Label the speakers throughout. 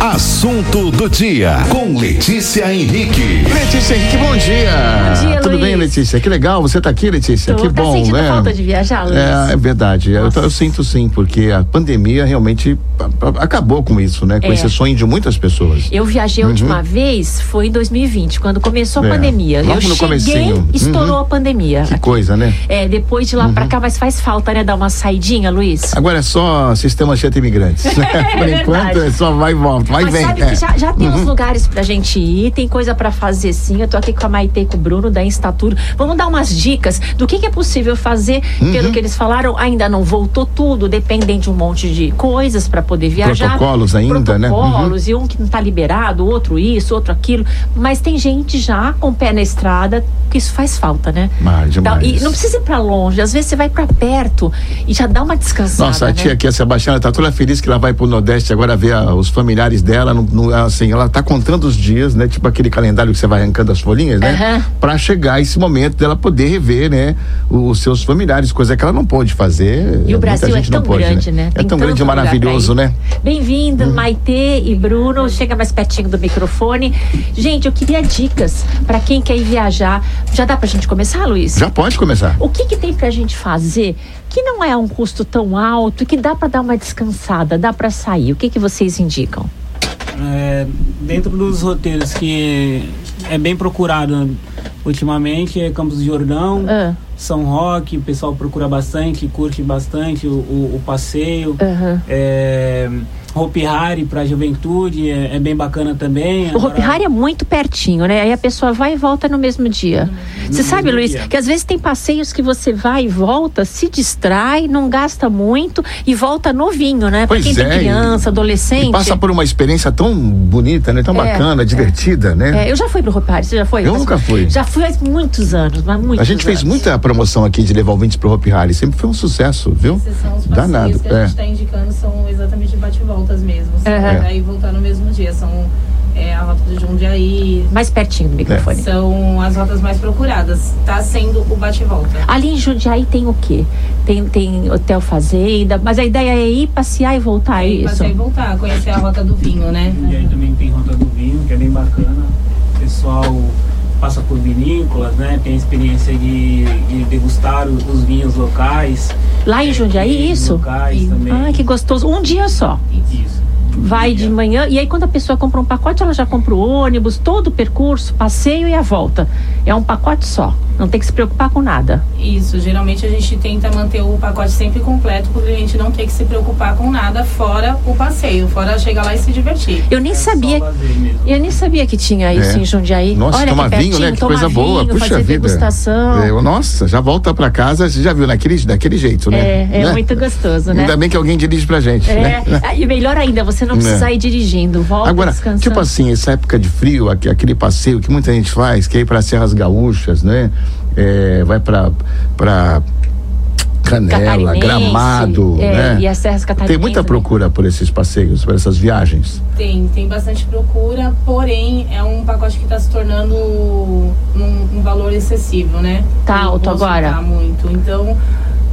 Speaker 1: Assunto do dia com Letícia Henrique.
Speaker 2: Letícia Henrique, bom dia.
Speaker 3: Bom dia,
Speaker 2: Tudo
Speaker 3: Luiz.
Speaker 2: bem, Letícia? Que legal, você tá aqui, Letícia.
Speaker 3: Tô,
Speaker 2: que
Speaker 3: tá
Speaker 2: bom,
Speaker 3: sentindo
Speaker 2: né?
Speaker 3: falta de viajar, Luiz?
Speaker 2: É, é verdade. Eu, tô- eu sinto sim, porque a pandemia realmente a- a- acabou com isso, né? Com
Speaker 3: É.
Speaker 2: esse sonho de muitas pessoas.
Speaker 3: Eu viajei a última vez, foi em 2020, quando começou a
Speaker 2: uhum. É,
Speaker 3: pandemia.
Speaker 2: logo
Speaker 3: eu
Speaker 2: no
Speaker 3: cheguei,
Speaker 2: comecinho.
Speaker 3: estourou
Speaker 2: Uhum.
Speaker 3: a pandemia.
Speaker 2: Que coisa, né?
Speaker 3: É, depois de lá pra cá, mas faz falta, né? Dar uma saidinha, Luiz.
Speaker 2: Agora é só sistema cheta imigrantes. né? Por
Speaker 3: verdade.
Speaker 2: enquanto é só vai e volta, vai e
Speaker 3: mas
Speaker 2: vem.
Speaker 3: sabe
Speaker 2: é.
Speaker 3: que já, já tem uns lugares pra gente ir, tem coisa pra fazer sim. Eu tô aqui com a Maite e com o Bruno da Instatur. Vamos dar umas dicas do que, que é possível fazer,
Speaker 2: Uhum.
Speaker 3: pelo que eles falaram. Ainda não voltou tudo, dependem de um monte de coisas pra poder viajar.
Speaker 2: Protocolos ainda, né?
Speaker 3: Protocolos, e um que não tá liberado, outro isso, outro aquilo. Mas tem gente já com o pé na estrada, que isso faz falta, né?
Speaker 2: Mas,
Speaker 3: Então,
Speaker 2: demais.
Speaker 3: e não precisa ir pra longe, às vezes você vai pra perto e já dá uma descansada.
Speaker 2: Nossa, a tia
Speaker 3: né?
Speaker 2: aqui, a Sebastiana, tá toda feliz que ela vai pro Nordeste agora ver a- os familiares dela. não- não- assim, ela tá contando os dias, né? Tipo aquele calendário que você vai arrancando as folhinhas, né?
Speaker 3: Aham.
Speaker 2: Pra chegar esse momento dela poder rever, né? o- Os seus familiares, coisa que ela não pôde fazer.
Speaker 3: E
Speaker 2: Muita
Speaker 3: o Brasil é
Speaker 2: gente
Speaker 3: tão
Speaker 2: não pôde,
Speaker 3: grande, né?
Speaker 2: É
Speaker 3: Tem
Speaker 2: tão
Speaker 3: tanto
Speaker 2: grande e
Speaker 3: lugar pra
Speaker 2: maravilhoso,
Speaker 3: ir.
Speaker 2: né?
Speaker 3: Bem-vindo, Maitê e Bruno. Chega mais pertinho do microfone. Gente, eu queria dicas pra quem quer ir viajar. Já dá pra gente começar, Luiz?
Speaker 2: Já pode começar.
Speaker 3: O que, que tem pra gente fazer que não é um custo tão alto e que dá pra dar uma descansada, dá pra sair? O que, que vocês indicam?
Speaker 4: É, dentro dos roteiros que é bem procurado ultimamente é Campos do Jordão,
Speaker 3: Ah.
Speaker 4: São Roque, o pessoal procura bastante, curte bastante o, o- o passeio.
Speaker 3: Aham.
Speaker 4: É, Hopi Hari para juventude é, é bem bacana também.
Speaker 3: O Hopi
Speaker 4: Agora-
Speaker 3: Hari é muito pertinho, né? Aí a pessoa vai e volta no mesmo dia.
Speaker 2: Uhum.
Speaker 3: Você
Speaker 4: mesmo
Speaker 3: sabe, Luiz,
Speaker 4: dia.
Speaker 3: que às vezes tem passeios que você vai e volta, se distrai, não gasta muito e volta novinho, né? Pra
Speaker 2: Pois
Speaker 3: quem
Speaker 2: é,
Speaker 3: tem
Speaker 2: e-
Speaker 3: criança, adolescente.
Speaker 2: E passa por uma experiência tão bonita, né? Tão
Speaker 3: É,
Speaker 2: bacana, divertida, né?
Speaker 3: É, eu já fui pro Hopi Hari, você já foi?
Speaker 2: Eu nunca fui.
Speaker 3: Já fui há muitos anos, mas muitos
Speaker 2: A gente fez
Speaker 3: anos.
Speaker 2: muita promoção aqui de levar ouvintes pro Hopi Hari. Sempre foi um sucesso, viu?
Speaker 5: Esses são os passeios
Speaker 2: Danado.
Speaker 5: que a
Speaker 2: É.
Speaker 5: gente está indicando são exatamente de bate-voltas mesmo. São
Speaker 3: Aham.
Speaker 5: pra ir e voltar no mesmo dia. São é, a rota do Jundiaí,
Speaker 3: Mais pertinho do microfone.
Speaker 2: É.
Speaker 5: são as rotas mais procuradas. Está sendo o bate-volta.
Speaker 3: Ali em Jundiaí tem o quê? Tem, tem hotel fazenda, mas a ideia é ir passear e voltar, é
Speaker 5: Aí
Speaker 3: isso?
Speaker 5: passar e voltar, conhecer a rota do vinho, né?
Speaker 4: E aí também tem Rota do Vinho, que é bem bacana. O pessoal passa por vinícolas, né? Tem a experiência de, de degustar o- os vinhos locais.
Speaker 3: Lá Ah, em Jundiaí,
Speaker 4: Vinhos
Speaker 3: isso?
Speaker 4: Locais também.
Speaker 3: Ah, que gostoso. Um dia só.
Speaker 4: Isso.
Speaker 3: Vai de manhã, e aí quando a pessoa compra um pacote, ela já compra o ônibus, todo o percurso, passeio e a volta. É um pacote só. Não tem que se preocupar com nada.
Speaker 5: Isso, geralmente a gente tenta manter o pacote sempre completo para o cliente não ter que se preocupar com nada fora o passeio, fora chegar lá e se divertir.
Speaker 3: Eu nem sabia.
Speaker 4: Só lazer mesmo.
Speaker 3: Eu nem sabia que tinha isso
Speaker 2: É.
Speaker 3: em Jundiaí.
Speaker 2: Nossa,
Speaker 3: Olha
Speaker 2: tomar
Speaker 3: que
Speaker 2: vinho,
Speaker 3: pertinho,
Speaker 2: né? Que
Speaker 3: tomar
Speaker 2: coisa boa.
Speaker 3: vinho,
Speaker 2: Puxa
Speaker 3: fazer
Speaker 2: vida.
Speaker 3: degustação.
Speaker 2: É, nossa, já volta pra casa, você já viu naquele, daquele jeito, né?
Speaker 3: É, é
Speaker 2: Né?
Speaker 3: muito gostoso, né?
Speaker 2: Ainda bem que alguém dirige pra gente, né?
Speaker 3: É, e melhor ainda, você não precisa ir dirigindo, volta
Speaker 2: Agora,
Speaker 3: descansando.
Speaker 2: tipo assim, essa época de frio, aque- aquele passeio que muita gente faz, que é ir pra Serras Gaúchas, né? É, vai pra, pra Canela,
Speaker 3: Catarinense,
Speaker 2: Gramado,
Speaker 3: é,
Speaker 2: né?
Speaker 3: E as Serras Catarinenses.
Speaker 2: Tem muita
Speaker 3: né?
Speaker 2: procura por esses passeios, por essas viagens.
Speaker 5: Tem, tem bastante procura, porém é um pacote que está se tornando um, um valor excessivo, né?
Speaker 3: Tá
Speaker 5: O
Speaker 3: alto
Speaker 5: bolso
Speaker 3: agora?
Speaker 5: Tá muito, então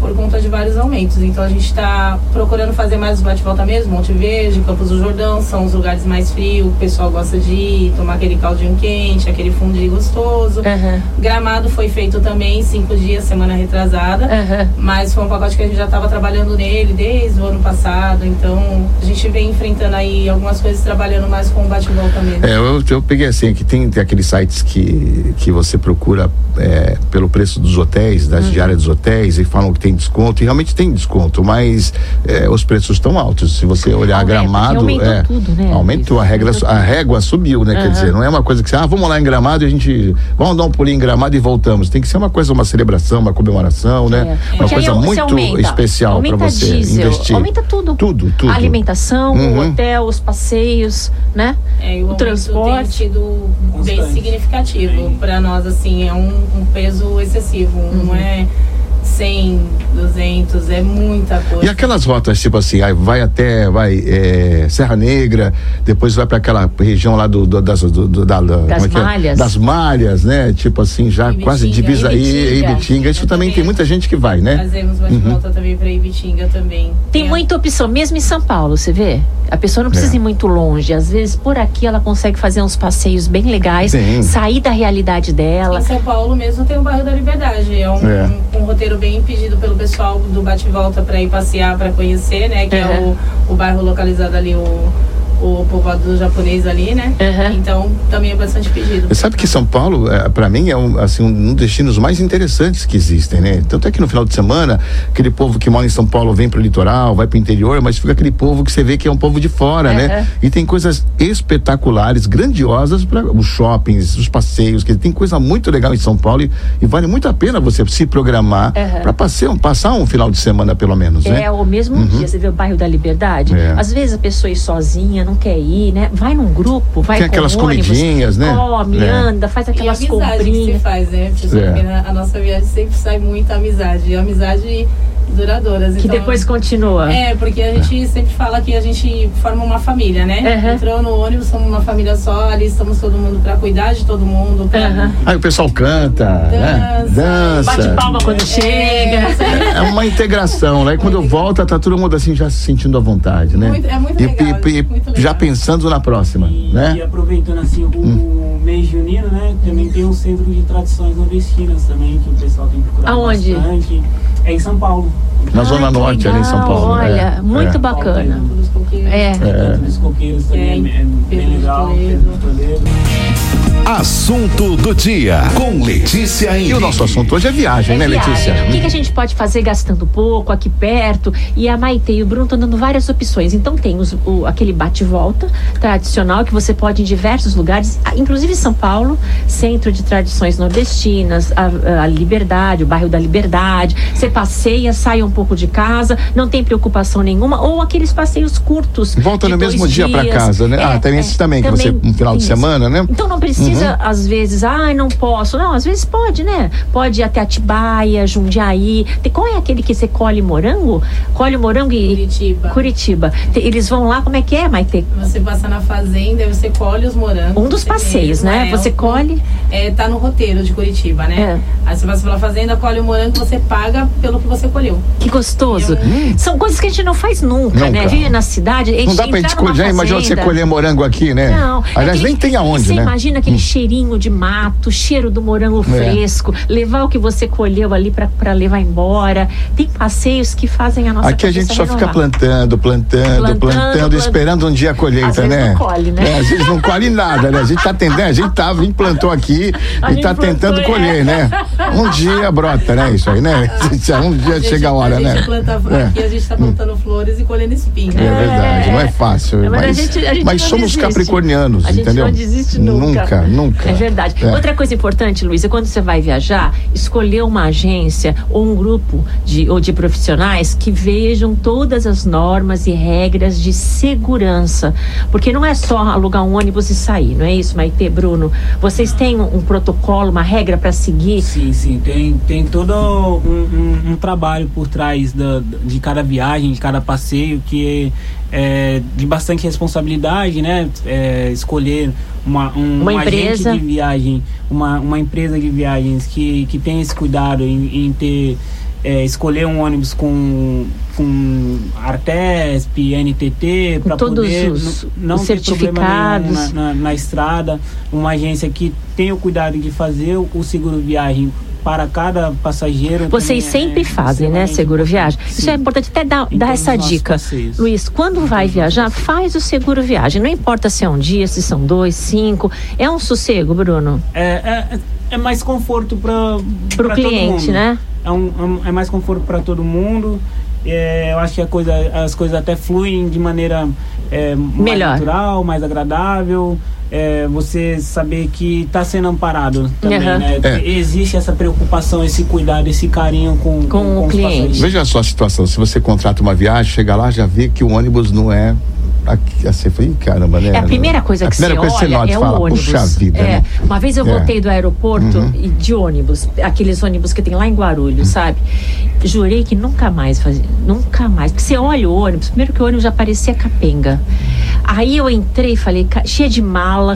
Speaker 5: por conta de vários aumentos. Então a gente está procurando fazer mais os bate-volta mesmo, Monte Verde, Campos do Jordão, são os lugares mais frios, o pessoal gosta de ir, tomar aquele caldinho quente, aquele fundi gostoso.
Speaker 3: Aham,
Speaker 5: Gramado foi feito também cinco dias, semana retrasada.
Speaker 3: aham.
Speaker 5: Mas foi um pacote que a gente já estava trabalhando nele desde o ano passado, então a gente vem enfrentando aí algumas coisas trabalhando mais com o bate-volta mesmo.
Speaker 2: É, eu, eu peguei assim, que tem, tem aqueles sites que, que você procura é, pelo preço dos hotéis,
Speaker 3: Uhum.
Speaker 2: das diárias dos hotéis, e falam que tem desconto, e realmente tem desconto, mas é, os preços estão altos. Se você olhar
Speaker 3: Aumenta, né?
Speaker 2: gramado.
Speaker 3: porque aumentou
Speaker 2: é,
Speaker 3: tudo, né,
Speaker 2: Aumentou,
Speaker 3: Luiz?
Speaker 2: a, regra,
Speaker 3: Aumentou
Speaker 2: a régua subiu, né? Quer dizer, não é uma coisa que você, ah, vamos lá em gramado e a gente. Vamos dar um pulinho em gramado e voltamos. Tem que ser uma coisa, uma celebração, uma comemoração, né?
Speaker 3: É.
Speaker 2: Uma
Speaker 3: Porque aí
Speaker 2: coisa
Speaker 3: você
Speaker 2: muito
Speaker 3: aumenta,
Speaker 2: especial para
Speaker 3: aumenta
Speaker 2: você
Speaker 3: diesel,
Speaker 2: investir.
Speaker 3: Aumenta tudo.
Speaker 2: Tudo, tudo.
Speaker 3: A alimentação,
Speaker 2: Uhum.
Speaker 3: o hotel, os passeios, né?
Speaker 5: É, e o
Speaker 3: o
Speaker 5: aumento tem
Speaker 3: transporte.
Speaker 5: sido bem
Speaker 4: Constante.
Speaker 5: significativo
Speaker 4: Sim.
Speaker 3: Uhum.
Speaker 5: para nós, assim, é um, um peso excessivo, não é 100, 200, é muita coisa.
Speaker 2: E aquelas rotas, tipo assim, aí vai até vai, é, Serra Negra, depois vai para aquela região lá do, do- das, do- do- da- da-
Speaker 3: Das
Speaker 2: como é que é?
Speaker 3: Malhas.
Speaker 2: Das malhas, né? Tipo assim, já
Speaker 5: Ibitinga.
Speaker 2: quase divisa aí,
Speaker 3: Ibitinga.
Speaker 2: Ibitinga. Isso também tem muita gente que vai, né?
Speaker 5: Fazemos bate-volta também pra Ibitinga também.
Speaker 3: Uhum. Tem
Speaker 5: a-
Speaker 3: muita opção, mesmo em São Paulo, você vê? A pessoa não precisa
Speaker 2: É.
Speaker 3: ir muito longe. Às vezes, por aqui, ela consegue fazer uns passeios bem legais,
Speaker 2: Sim.
Speaker 3: sair da realidade dela.
Speaker 5: Em São Paulo mesmo tem o bairro da Liberdade. É um,
Speaker 2: É.
Speaker 5: um- um roteiro bem pedido pelo pessoal do bate-volta para ir passear, para conhecer, né? Que é,
Speaker 3: Uhum.
Speaker 5: o, o bairro localizado ali, o, o povoado do japonês ali, né?
Speaker 3: Uhum.
Speaker 5: Então também é bastante pedido.
Speaker 2: Você sabe que São Paulo, para mim, é um, assim, um dos destinos mais interessantes que existem, né? Tanto é que no final de semana, aquele povo que mora em São Paulo vem pro litoral, vai pro interior, mas fica aquele povo que você vê que é um povo de fora,
Speaker 3: Aham.
Speaker 2: né? E tem coisas espetaculares, grandiosas para os shoppings, os passeios, que tem coisa muito legal em São Paulo e, e vale muito a pena você se programar
Speaker 3: Aham.
Speaker 2: para passear, passar um final de semana, pelo menos, né?
Speaker 3: É, ou mesmo um dia, você vê o bairro da Liberdade.
Speaker 2: É.
Speaker 3: Às vezes a pessoa ir sozinha, não quer ir, né? Vai num grupo, vai
Speaker 2: Tem
Speaker 3: com
Speaker 2: aquelas
Speaker 3: ônibus,
Speaker 2: comidinhas, né?
Speaker 3: Come,
Speaker 2: É.
Speaker 3: anda, faz aquelas
Speaker 5: e a amizade que se
Speaker 3: comprinhas.
Speaker 5: faz, né? Porque
Speaker 2: É.
Speaker 5: na- a nossa viagem sempre sai muita amizade. E amizade duradoura. então
Speaker 2: então.
Speaker 3: Que depois continua.
Speaker 5: É, porque a gente sempre fala que a gente forma uma família, né?
Speaker 3: Aham.
Speaker 5: Entrou no ônibus, somos uma família só, ali estamos todo mundo pra cuidar de todo mundo, pra
Speaker 3: Aham.
Speaker 2: Aí o pessoal canta, né?
Speaker 5: Dança.
Speaker 2: dança.
Speaker 3: Bate palma quando chega.
Speaker 2: É uma integração, né? E quando volta, tá todo mundo assim já se sentindo à vontade, né?
Speaker 5: Muito- é muito
Speaker 2: e,
Speaker 5: legal,
Speaker 2: e- e
Speaker 5: muito legal.
Speaker 2: já pensando na próxima,
Speaker 4: E, e
Speaker 2: né?
Speaker 4: aproveitando assim o, o mês junino, né? Também tem um centro de tradições nordestinas também, que o pessoal tem procurado
Speaker 3: Aonde?
Speaker 4: bastante. É em São Paulo.
Speaker 2: Na Zona
Speaker 3: Ai, que
Speaker 2: Norte, ali em São
Speaker 3: legal,
Speaker 2: Paulo. né?
Speaker 3: Olha,
Speaker 2: É,
Speaker 3: muito
Speaker 2: é.
Speaker 3: bacana.
Speaker 5: Dos coqueiros.
Speaker 3: É.
Speaker 4: Tem Canto dos Coqueiros também,
Speaker 5: É,
Speaker 4: é, bem
Speaker 5: Pedro de
Speaker 4: legal.
Speaker 5: Toledo.
Speaker 4: Pedro de Toledo.
Speaker 1: Assunto do dia com Letícia Henrique.
Speaker 2: E o nosso assunto hoje é viagem,
Speaker 3: É
Speaker 2: né,
Speaker 3: viagem.
Speaker 2: Letícia?
Speaker 3: O que, que a gente pode fazer gastando pouco aqui perto? E a Maite e o Bruno estão dando várias opções. Então tem os- o- aquele bate-volta tradicional que você pode ir em diversos lugares, a- inclusive São Paulo, centro de tradições nordestinas, a, a Liberdade, o bairro da Liberdade. Você passeia, sai um pouco de casa, não tem preocupação nenhuma. Ou aqueles passeios curtos.
Speaker 2: Volta
Speaker 3: de
Speaker 2: no
Speaker 3: dois
Speaker 2: mesmo dia pra
Speaker 3: dias.
Speaker 2: casa, né?
Speaker 3: É,
Speaker 2: ah, tem
Speaker 3: é,
Speaker 2: esse também, que você, um final de
Speaker 3: isso.
Speaker 2: semana, né?
Speaker 3: Então não precisa, às vezes, ai, não posso. Não, às vezes pode, né? Pode ir até Atibaia, Jundiaí. Tem- qual é aquele que você colhe morango? Colhe morango e
Speaker 5: Curitiba.
Speaker 3: Curitiba. Te- eles vão lá, como é que é, Maite?
Speaker 5: Você passa na fazenda, aí você colhe os morangos.
Speaker 3: Um dos
Speaker 5: você
Speaker 3: passeios,
Speaker 5: mesmo,
Speaker 3: né?
Speaker 5: é,
Speaker 3: Você
Speaker 5: um-
Speaker 3: colhe. É.
Speaker 5: É, tá no roteiro de Curitiba, né? Aí você passa pela fazenda, colhe o morango, você paga pelo que você colheu.
Speaker 3: Que gostoso. São coisas que a gente não faz nunca,
Speaker 2: Nunca.
Speaker 3: né? Vive na cidade. a gente
Speaker 2: Não dá pra
Speaker 3: entrar
Speaker 2: gente
Speaker 3: numa
Speaker 2: colher, já imagina você
Speaker 3: fazenda.
Speaker 2: colher morango aqui, né?
Speaker 3: Não. é
Speaker 2: Aliás,
Speaker 3: Aquele-
Speaker 2: nem tem aonde,
Speaker 3: você
Speaker 2: né? É.
Speaker 3: imagina aquele cheirinho de mato, cheiro do morango fresco, levar o que você colheu ali pra pra levar embora. Tem passeios que fazem a nossa
Speaker 2: Aqui a gente
Speaker 3: cabeça
Speaker 2: só fica
Speaker 3: renovar.
Speaker 2: plantando, plantando,
Speaker 3: Plantando,
Speaker 2: plantando,
Speaker 3: plantando.
Speaker 2: esperando um dia a colheita,
Speaker 3: Às vezes
Speaker 2: né?
Speaker 3: não colhe, né?
Speaker 2: É, às vezes não colhe nada, né? A gente tá tentando, a gente tá, a gente plantou aqui
Speaker 3: A
Speaker 2: e
Speaker 3: gente
Speaker 2: tá
Speaker 3: plantou,
Speaker 2: tentando
Speaker 3: é.
Speaker 2: colher, né? Um dia brota, né? Isso aí, né? Um dia chega a hora,
Speaker 5: a
Speaker 2: né? Hum.
Speaker 5: gente Planta, Aqui a gente tá plantando flores e colhendo espinho.
Speaker 2: É verdade, não é fácil.
Speaker 3: Mas a
Speaker 2: Mas,
Speaker 3: gente- a gente
Speaker 2: mas
Speaker 3: não
Speaker 2: somos
Speaker 3: desiste.
Speaker 2: capricornianos,
Speaker 3: A gente
Speaker 2: entendeu?
Speaker 3: não desiste nunca.
Speaker 2: Nunca, nunca.
Speaker 3: É verdade.
Speaker 2: É.
Speaker 3: Outra coisa importante, Luísa, quando você vai viajar, escolher uma agência ou um grupo de, ou de profissionais que vejam todas as normas e regras de segurança. Porque não é só alugar um ônibus e sair, não é isso, Maite, Bruno? Vocês têm um, um protocolo, uma regra para seguir?
Speaker 4: Sim, sim, tem, tem todo um, um- um trabalho por trás da, de cada viagem, de cada passeio, que é, é de bastante responsabilidade, né? É, escolher uma, um,
Speaker 3: Uma
Speaker 4: um
Speaker 3: empresa.
Speaker 4: agente de viagem, uma, uma empresa de viagens que, que tem esse cuidado em, em ter. é, escolher um ônibus com, com Artesp, NTT,
Speaker 3: Com
Speaker 4: para
Speaker 3: todos
Speaker 4: poder
Speaker 3: os-
Speaker 4: n- não
Speaker 3: os
Speaker 4: ter problema nenhum né?
Speaker 3: certificados.
Speaker 4: na- na, na estrada, uma agência que tem o cuidado de fazer o, o seguro viagem para cada passageiro.
Speaker 3: Vocês
Speaker 4: também é
Speaker 3: sempre fazem, né,
Speaker 4: extremamente
Speaker 3: seguro viagem?
Speaker 4: importante.
Speaker 3: Isso é
Speaker 4: Sim.
Speaker 3: importante até dar,
Speaker 4: Em
Speaker 3: dar
Speaker 4: todos
Speaker 3: essa
Speaker 4: os nossos
Speaker 3: dica.
Speaker 4: passeios.
Speaker 3: Luiz, quando vai viajar, faz o seguro viagem. Não importa se é um dia, se são dois, cinco. É um sossego, Bruno.
Speaker 4: É, é, é mais conforto para
Speaker 3: Pro cliente, né?
Speaker 4: É, um, é um- é mais conforto para todo mundo. É, eu acho que a coisa, as coisas até fluem de maneira é, mais
Speaker 3: Melhor.
Speaker 4: natural, mais agradável. É, você saber que está sendo amparado também,
Speaker 3: Aham.
Speaker 4: né?
Speaker 2: É.
Speaker 4: Existe essa preocupação, esse cuidado, esse carinho com, com,
Speaker 3: o
Speaker 4: os
Speaker 3: cliente.
Speaker 4: passageiros.
Speaker 2: Veja só a situação, se você contrata uma viagem, chega lá, já vê que o ônibus não é aqui, assim, eu falei, caramba, né?
Speaker 3: É a primeira coisa
Speaker 2: A
Speaker 3: que
Speaker 2: primeira
Speaker 3: você
Speaker 2: coisa que você nota,
Speaker 3: olha é o
Speaker 2: fala,
Speaker 3: ônibus.
Speaker 2: puxa vida,
Speaker 3: É.
Speaker 2: né?
Speaker 3: Uma vez eu
Speaker 2: É. Uhum.
Speaker 3: voltei do aeroporto e de ônibus, aqueles ônibus que tem lá em Guarulhos, sabe? Jurei que nunca mais fazia, nunca mais. Porque você olha o ônibus, primeiro que o ônibus já parecia capenga. Aí eu entrei e falei, "Ca- cheia de mala,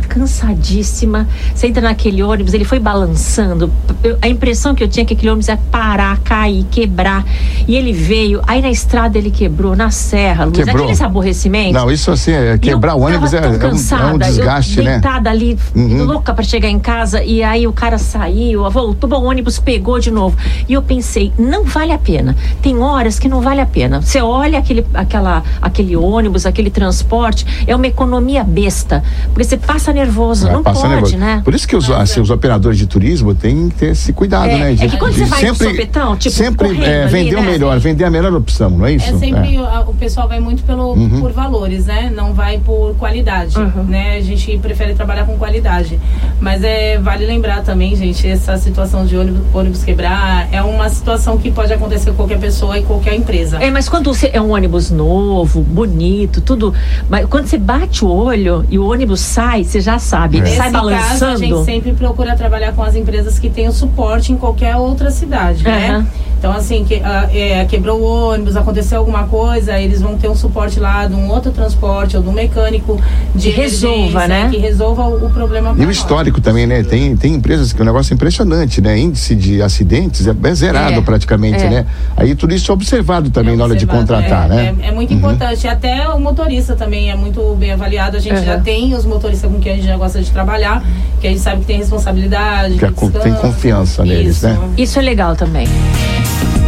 Speaker 3: cansadíssima. Você entra naquele ônibus, ele foi balançando. Eu- A impressão que eu tinha é que aquele ônibus ia parar, cair, quebrar. E ele veio, aí na estrada ele quebrou, na serra, Luiz.
Speaker 2: Quebrou.
Speaker 3: Aqueles aborrecimentos.
Speaker 2: Não, isso assim, é quebrar
Speaker 3: Eu
Speaker 2: o ônibus é,
Speaker 3: tava tão
Speaker 2: é um, é um
Speaker 3: cansada,
Speaker 2: desgaste,
Speaker 3: eu tá-
Speaker 2: né?
Speaker 3: deitada ali,
Speaker 2: Uhum.
Speaker 3: louca pra chegar em casa, e aí o cara saiu, voltou, bom, o ônibus pegou de novo. E eu pensei, não vale a pena. Tem horas que não vale a pena. Você olha aquele, aquela, aquele ônibus, aquele transporte, é uma economia besta. Porque você passa nervoso,
Speaker 2: Vai
Speaker 3: não
Speaker 2: passar
Speaker 3: pode,
Speaker 2: É, nervoso.
Speaker 3: né?
Speaker 2: Por isso que os, assim, os operadores de turismo têm que ter esse cuidado,
Speaker 3: É,
Speaker 2: né?
Speaker 3: é
Speaker 2: gente?
Speaker 3: que quando você
Speaker 2: De
Speaker 3: vai no sopetão, tipo,
Speaker 2: sempre
Speaker 3: correndo
Speaker 2: é,
Speaker 3: ali,
Speaker 2: vender o
Speaker 3: né?
Speaker 2: melhor, vender a melhor opção, não é isso?
Speaker 5: É sempre o- a- o pessoal vai muito pelo por valores, né? Não vai por qualidade, né? A gente prefere trabalhar com qualidade. Mas é vale lembrar também, gente, essa situação de ônibus, ônibus quebrar é uma situação que pode acontecer com qualquer pessoa e qualquer empresa.
Speaker 3: É, mas quando você é um ônibus novo, bonito, tudo. Mas quando você bate o olho e o ônibus sai, você já
Speaker 2: É.
Speaker 3: sabe. Ele
Speaker 5: Nesse
Speaker 3: sai
Speaker 5: caso, a gente
Speaker 3: balançando.
Speaker 5: sempre procura trabalhar com as empresas que têm o suporte em qualquer outra cidade,
Speaker 3: Aham.
Speaker 5: né? Então, assim, que, ah, é, quebrou o ônibus, aconteceu alguma coisa, eles vão ter um suporte lá de um outro transporte ou de um mecânico de
Speaker 3: Que resolva,
Speaker 5: emergência,
Speaker 3: né?
Speaker 5: Que resolva o, o problema. pra
Speaker 2: E o
Speaker 5: nós.
Speaker 2: histórico também, né? Tem, tem empresas que o negócio é impressionante, né? Índice de acidentes é, é zerado
Speaker 3: É,
Speaker 2: praticamente,
Speaker 3: é.
Speaker 2: né? Aí tudo isso é observado também
Speaker 5: É
Speaker 2: na hora de
Speaker 5: observado,
Speaker 2: contratar,
Speaker 5: é,
Speaker 2: né?
Speaker 5: É, é muito importante. E Até o motorista também é muito bem avaliado. A gente
Speaker 3: Uhum.
Speaker 5: já tem os motoristas com quem a gente já gosta de trabalhar, que a gente sabe que tem responsabilidade.
Speaker 2: Que a co- tem
Speaker 5: descanso.
Speaker 2: confiança neles,
Speaker 5: Isso.
Speaker 2: né?
Speaker 3: Isso é legal também.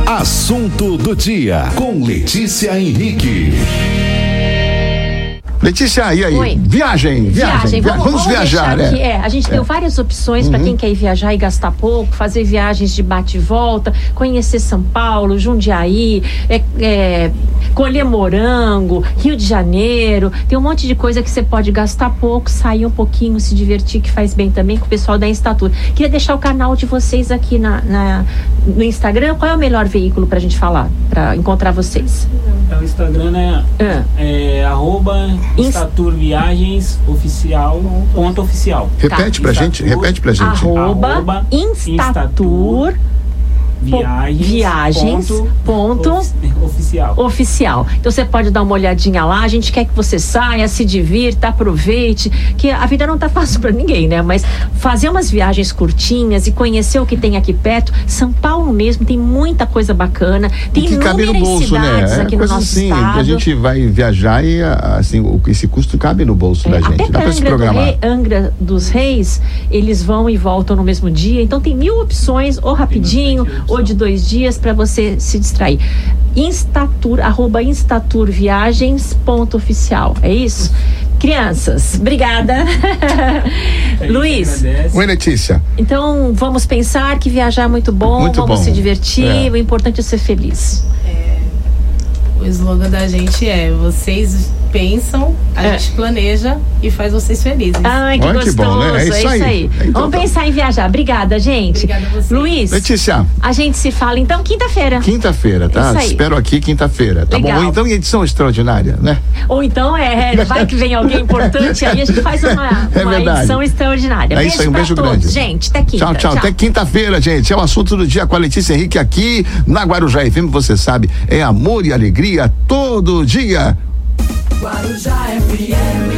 Speaker 1: Assunto do dia com Letícia Henrique.
Speaker 2: Letícia, e aí?
Speaker 3: Oi.
Speaker 2: Viagem, viagem.
Speaker 3: Viagem,
Speaker 2: via-
Speaker 3: vamos, vamos
Speaker 2: viajar,
Speaker 3: deixar aqui,
Speaker 2: né? Uhum.
Speaker 3: é, a gente deu várias opções para quem quer ir viajar e gastar pouco, fazer viagens de bate e volta, conhecer São Paulo, Jundiaí, é, é, colher morango, Rio de Janeiro. Tem um monte de coisa que você pode gastar pouco, sair um pouquinho, se divertir, que faz bem também com o pessoal da Instatura. Queria deixar o canal de vocês aqui na, na- no Instagram. Qual é o melhor veículo para a gente falar, para encontrar vocês?
Speaker 4: É, O Instagram é,
Speaker 3: Ah.
Speaker 4: é arroba
Speaker 3: Ins-
Speaker 4: Instatur Viagens Oficial, ponto oficial.
Speaker 2: Repete
Speaker 4: Tá.
Speaker 2: pra gente,
Speaker 4: Instatur.
Speaker 2: repete pra gente.
Speaker 3: Arroba,
Speaker 4: Arroba
Speaker 3: Instatur.
Speaker 4: Viagens,
Speaker 3: Viagens, ponto,
Speaker 4: ofi- oficial.
Speaker 3: oficial. Então você pode dar uma olhadinha lá. A gente quer que você saia, se divirta, aproveite, que a vida não tá fácil para ninguém, né? Mas fazer umas viagens curtinhas e conhecer o que tem aqui perto, São Paulo mesmo tem muita coisa bacana. Tem
Speaker 2: O que cabe no
Speaker 3: inúmeras
Speaker 2: bolso, né?
Speaker 3: cidades aqui no
Speaker 2: coisa
Speaker 3: nosso
Speaker 2: assim,
Speaker 3: estado.
Speaker 2: que a gente vai viajar e a- assim, o- esse custo cabe no bolso da
Speaker 3: É, Até
Speaker 2: gente. Dá
Speaker 3: pra
Speaker 2: pra se
Speaker 3: Angra, do
Speaker 2: programar.
Speaker 3: Rei, Angra dos Reis, eles vão e voltam no mesmo dia. Então tem mil opções, ou rapidinho,
Speaker 4: bastante opção.
Speaker 3: ou de dois dias, para você se distrair. Instatur, arroba instaturviagens.oficial. É isso? Crianças, obrigada.
Speaker 4: A gente
Speaker 3: Luiz,
Speaker 4: É agradece.
Speaker 2: Oi, Letícia.
Speaker 3: então vamos pensar que viajar é muito bom,
Speaker 2: Muito
Speaker 3: vamos
Speaker 2: bom.
Speaker 3: se divertir,
Speaker 2: É.
Speaker 3: o importante é ser feliz.
Speaker 5: O slogan da gente é: vocês pensam, a
Speaker 3: É. Ah,
Speaker 5: gente planeja e faz vocês felizes.
Speaker 3: Ai, que
Speaker 2: Olha que
Speaker 3: gostoso.
Speaker 2: bom, né? É isso aí. Então
Speaker 3: vamos
Speaker 2: tá.
Speaker 3: pensar em viajar. Obrigada, gente.
Speaker 5: Obrigada a você.
Speaker 3: Luiz.
Speaker 2: Letícia,
Speaker 3: A gente se fala então quinta-feira.
Speaker 2: quinta-feira, tá?
Speaker 3: Isso aí.
Speaker 2: Espero aqui quinta-feira, tá
Speaker 3: Legal.
Speaker 2: bom? Ou então em edição extraordinária, né?
Speaker 3: Ou então é, é, vai que vem alguém importante, aí a gente faz uma,
Speaker 2: É
Speaker 3: uma
Speaker 2: verdade.
Speaker 3: edição extraordinária.
Speaker 2: É isso aí, um beijo
Speaker 3: pra
Speaker 2: grande.
Speaker 3: todos, gente. Até quinta.
Speaker 2: Tchau, tchau. Até quinta-feira, gente. É o assunto do dia com a Letícia Henrique aqui na Guarujá FM. Você sabe, é amor e alegria todo dia.
Speaker 6: Guarujá FM.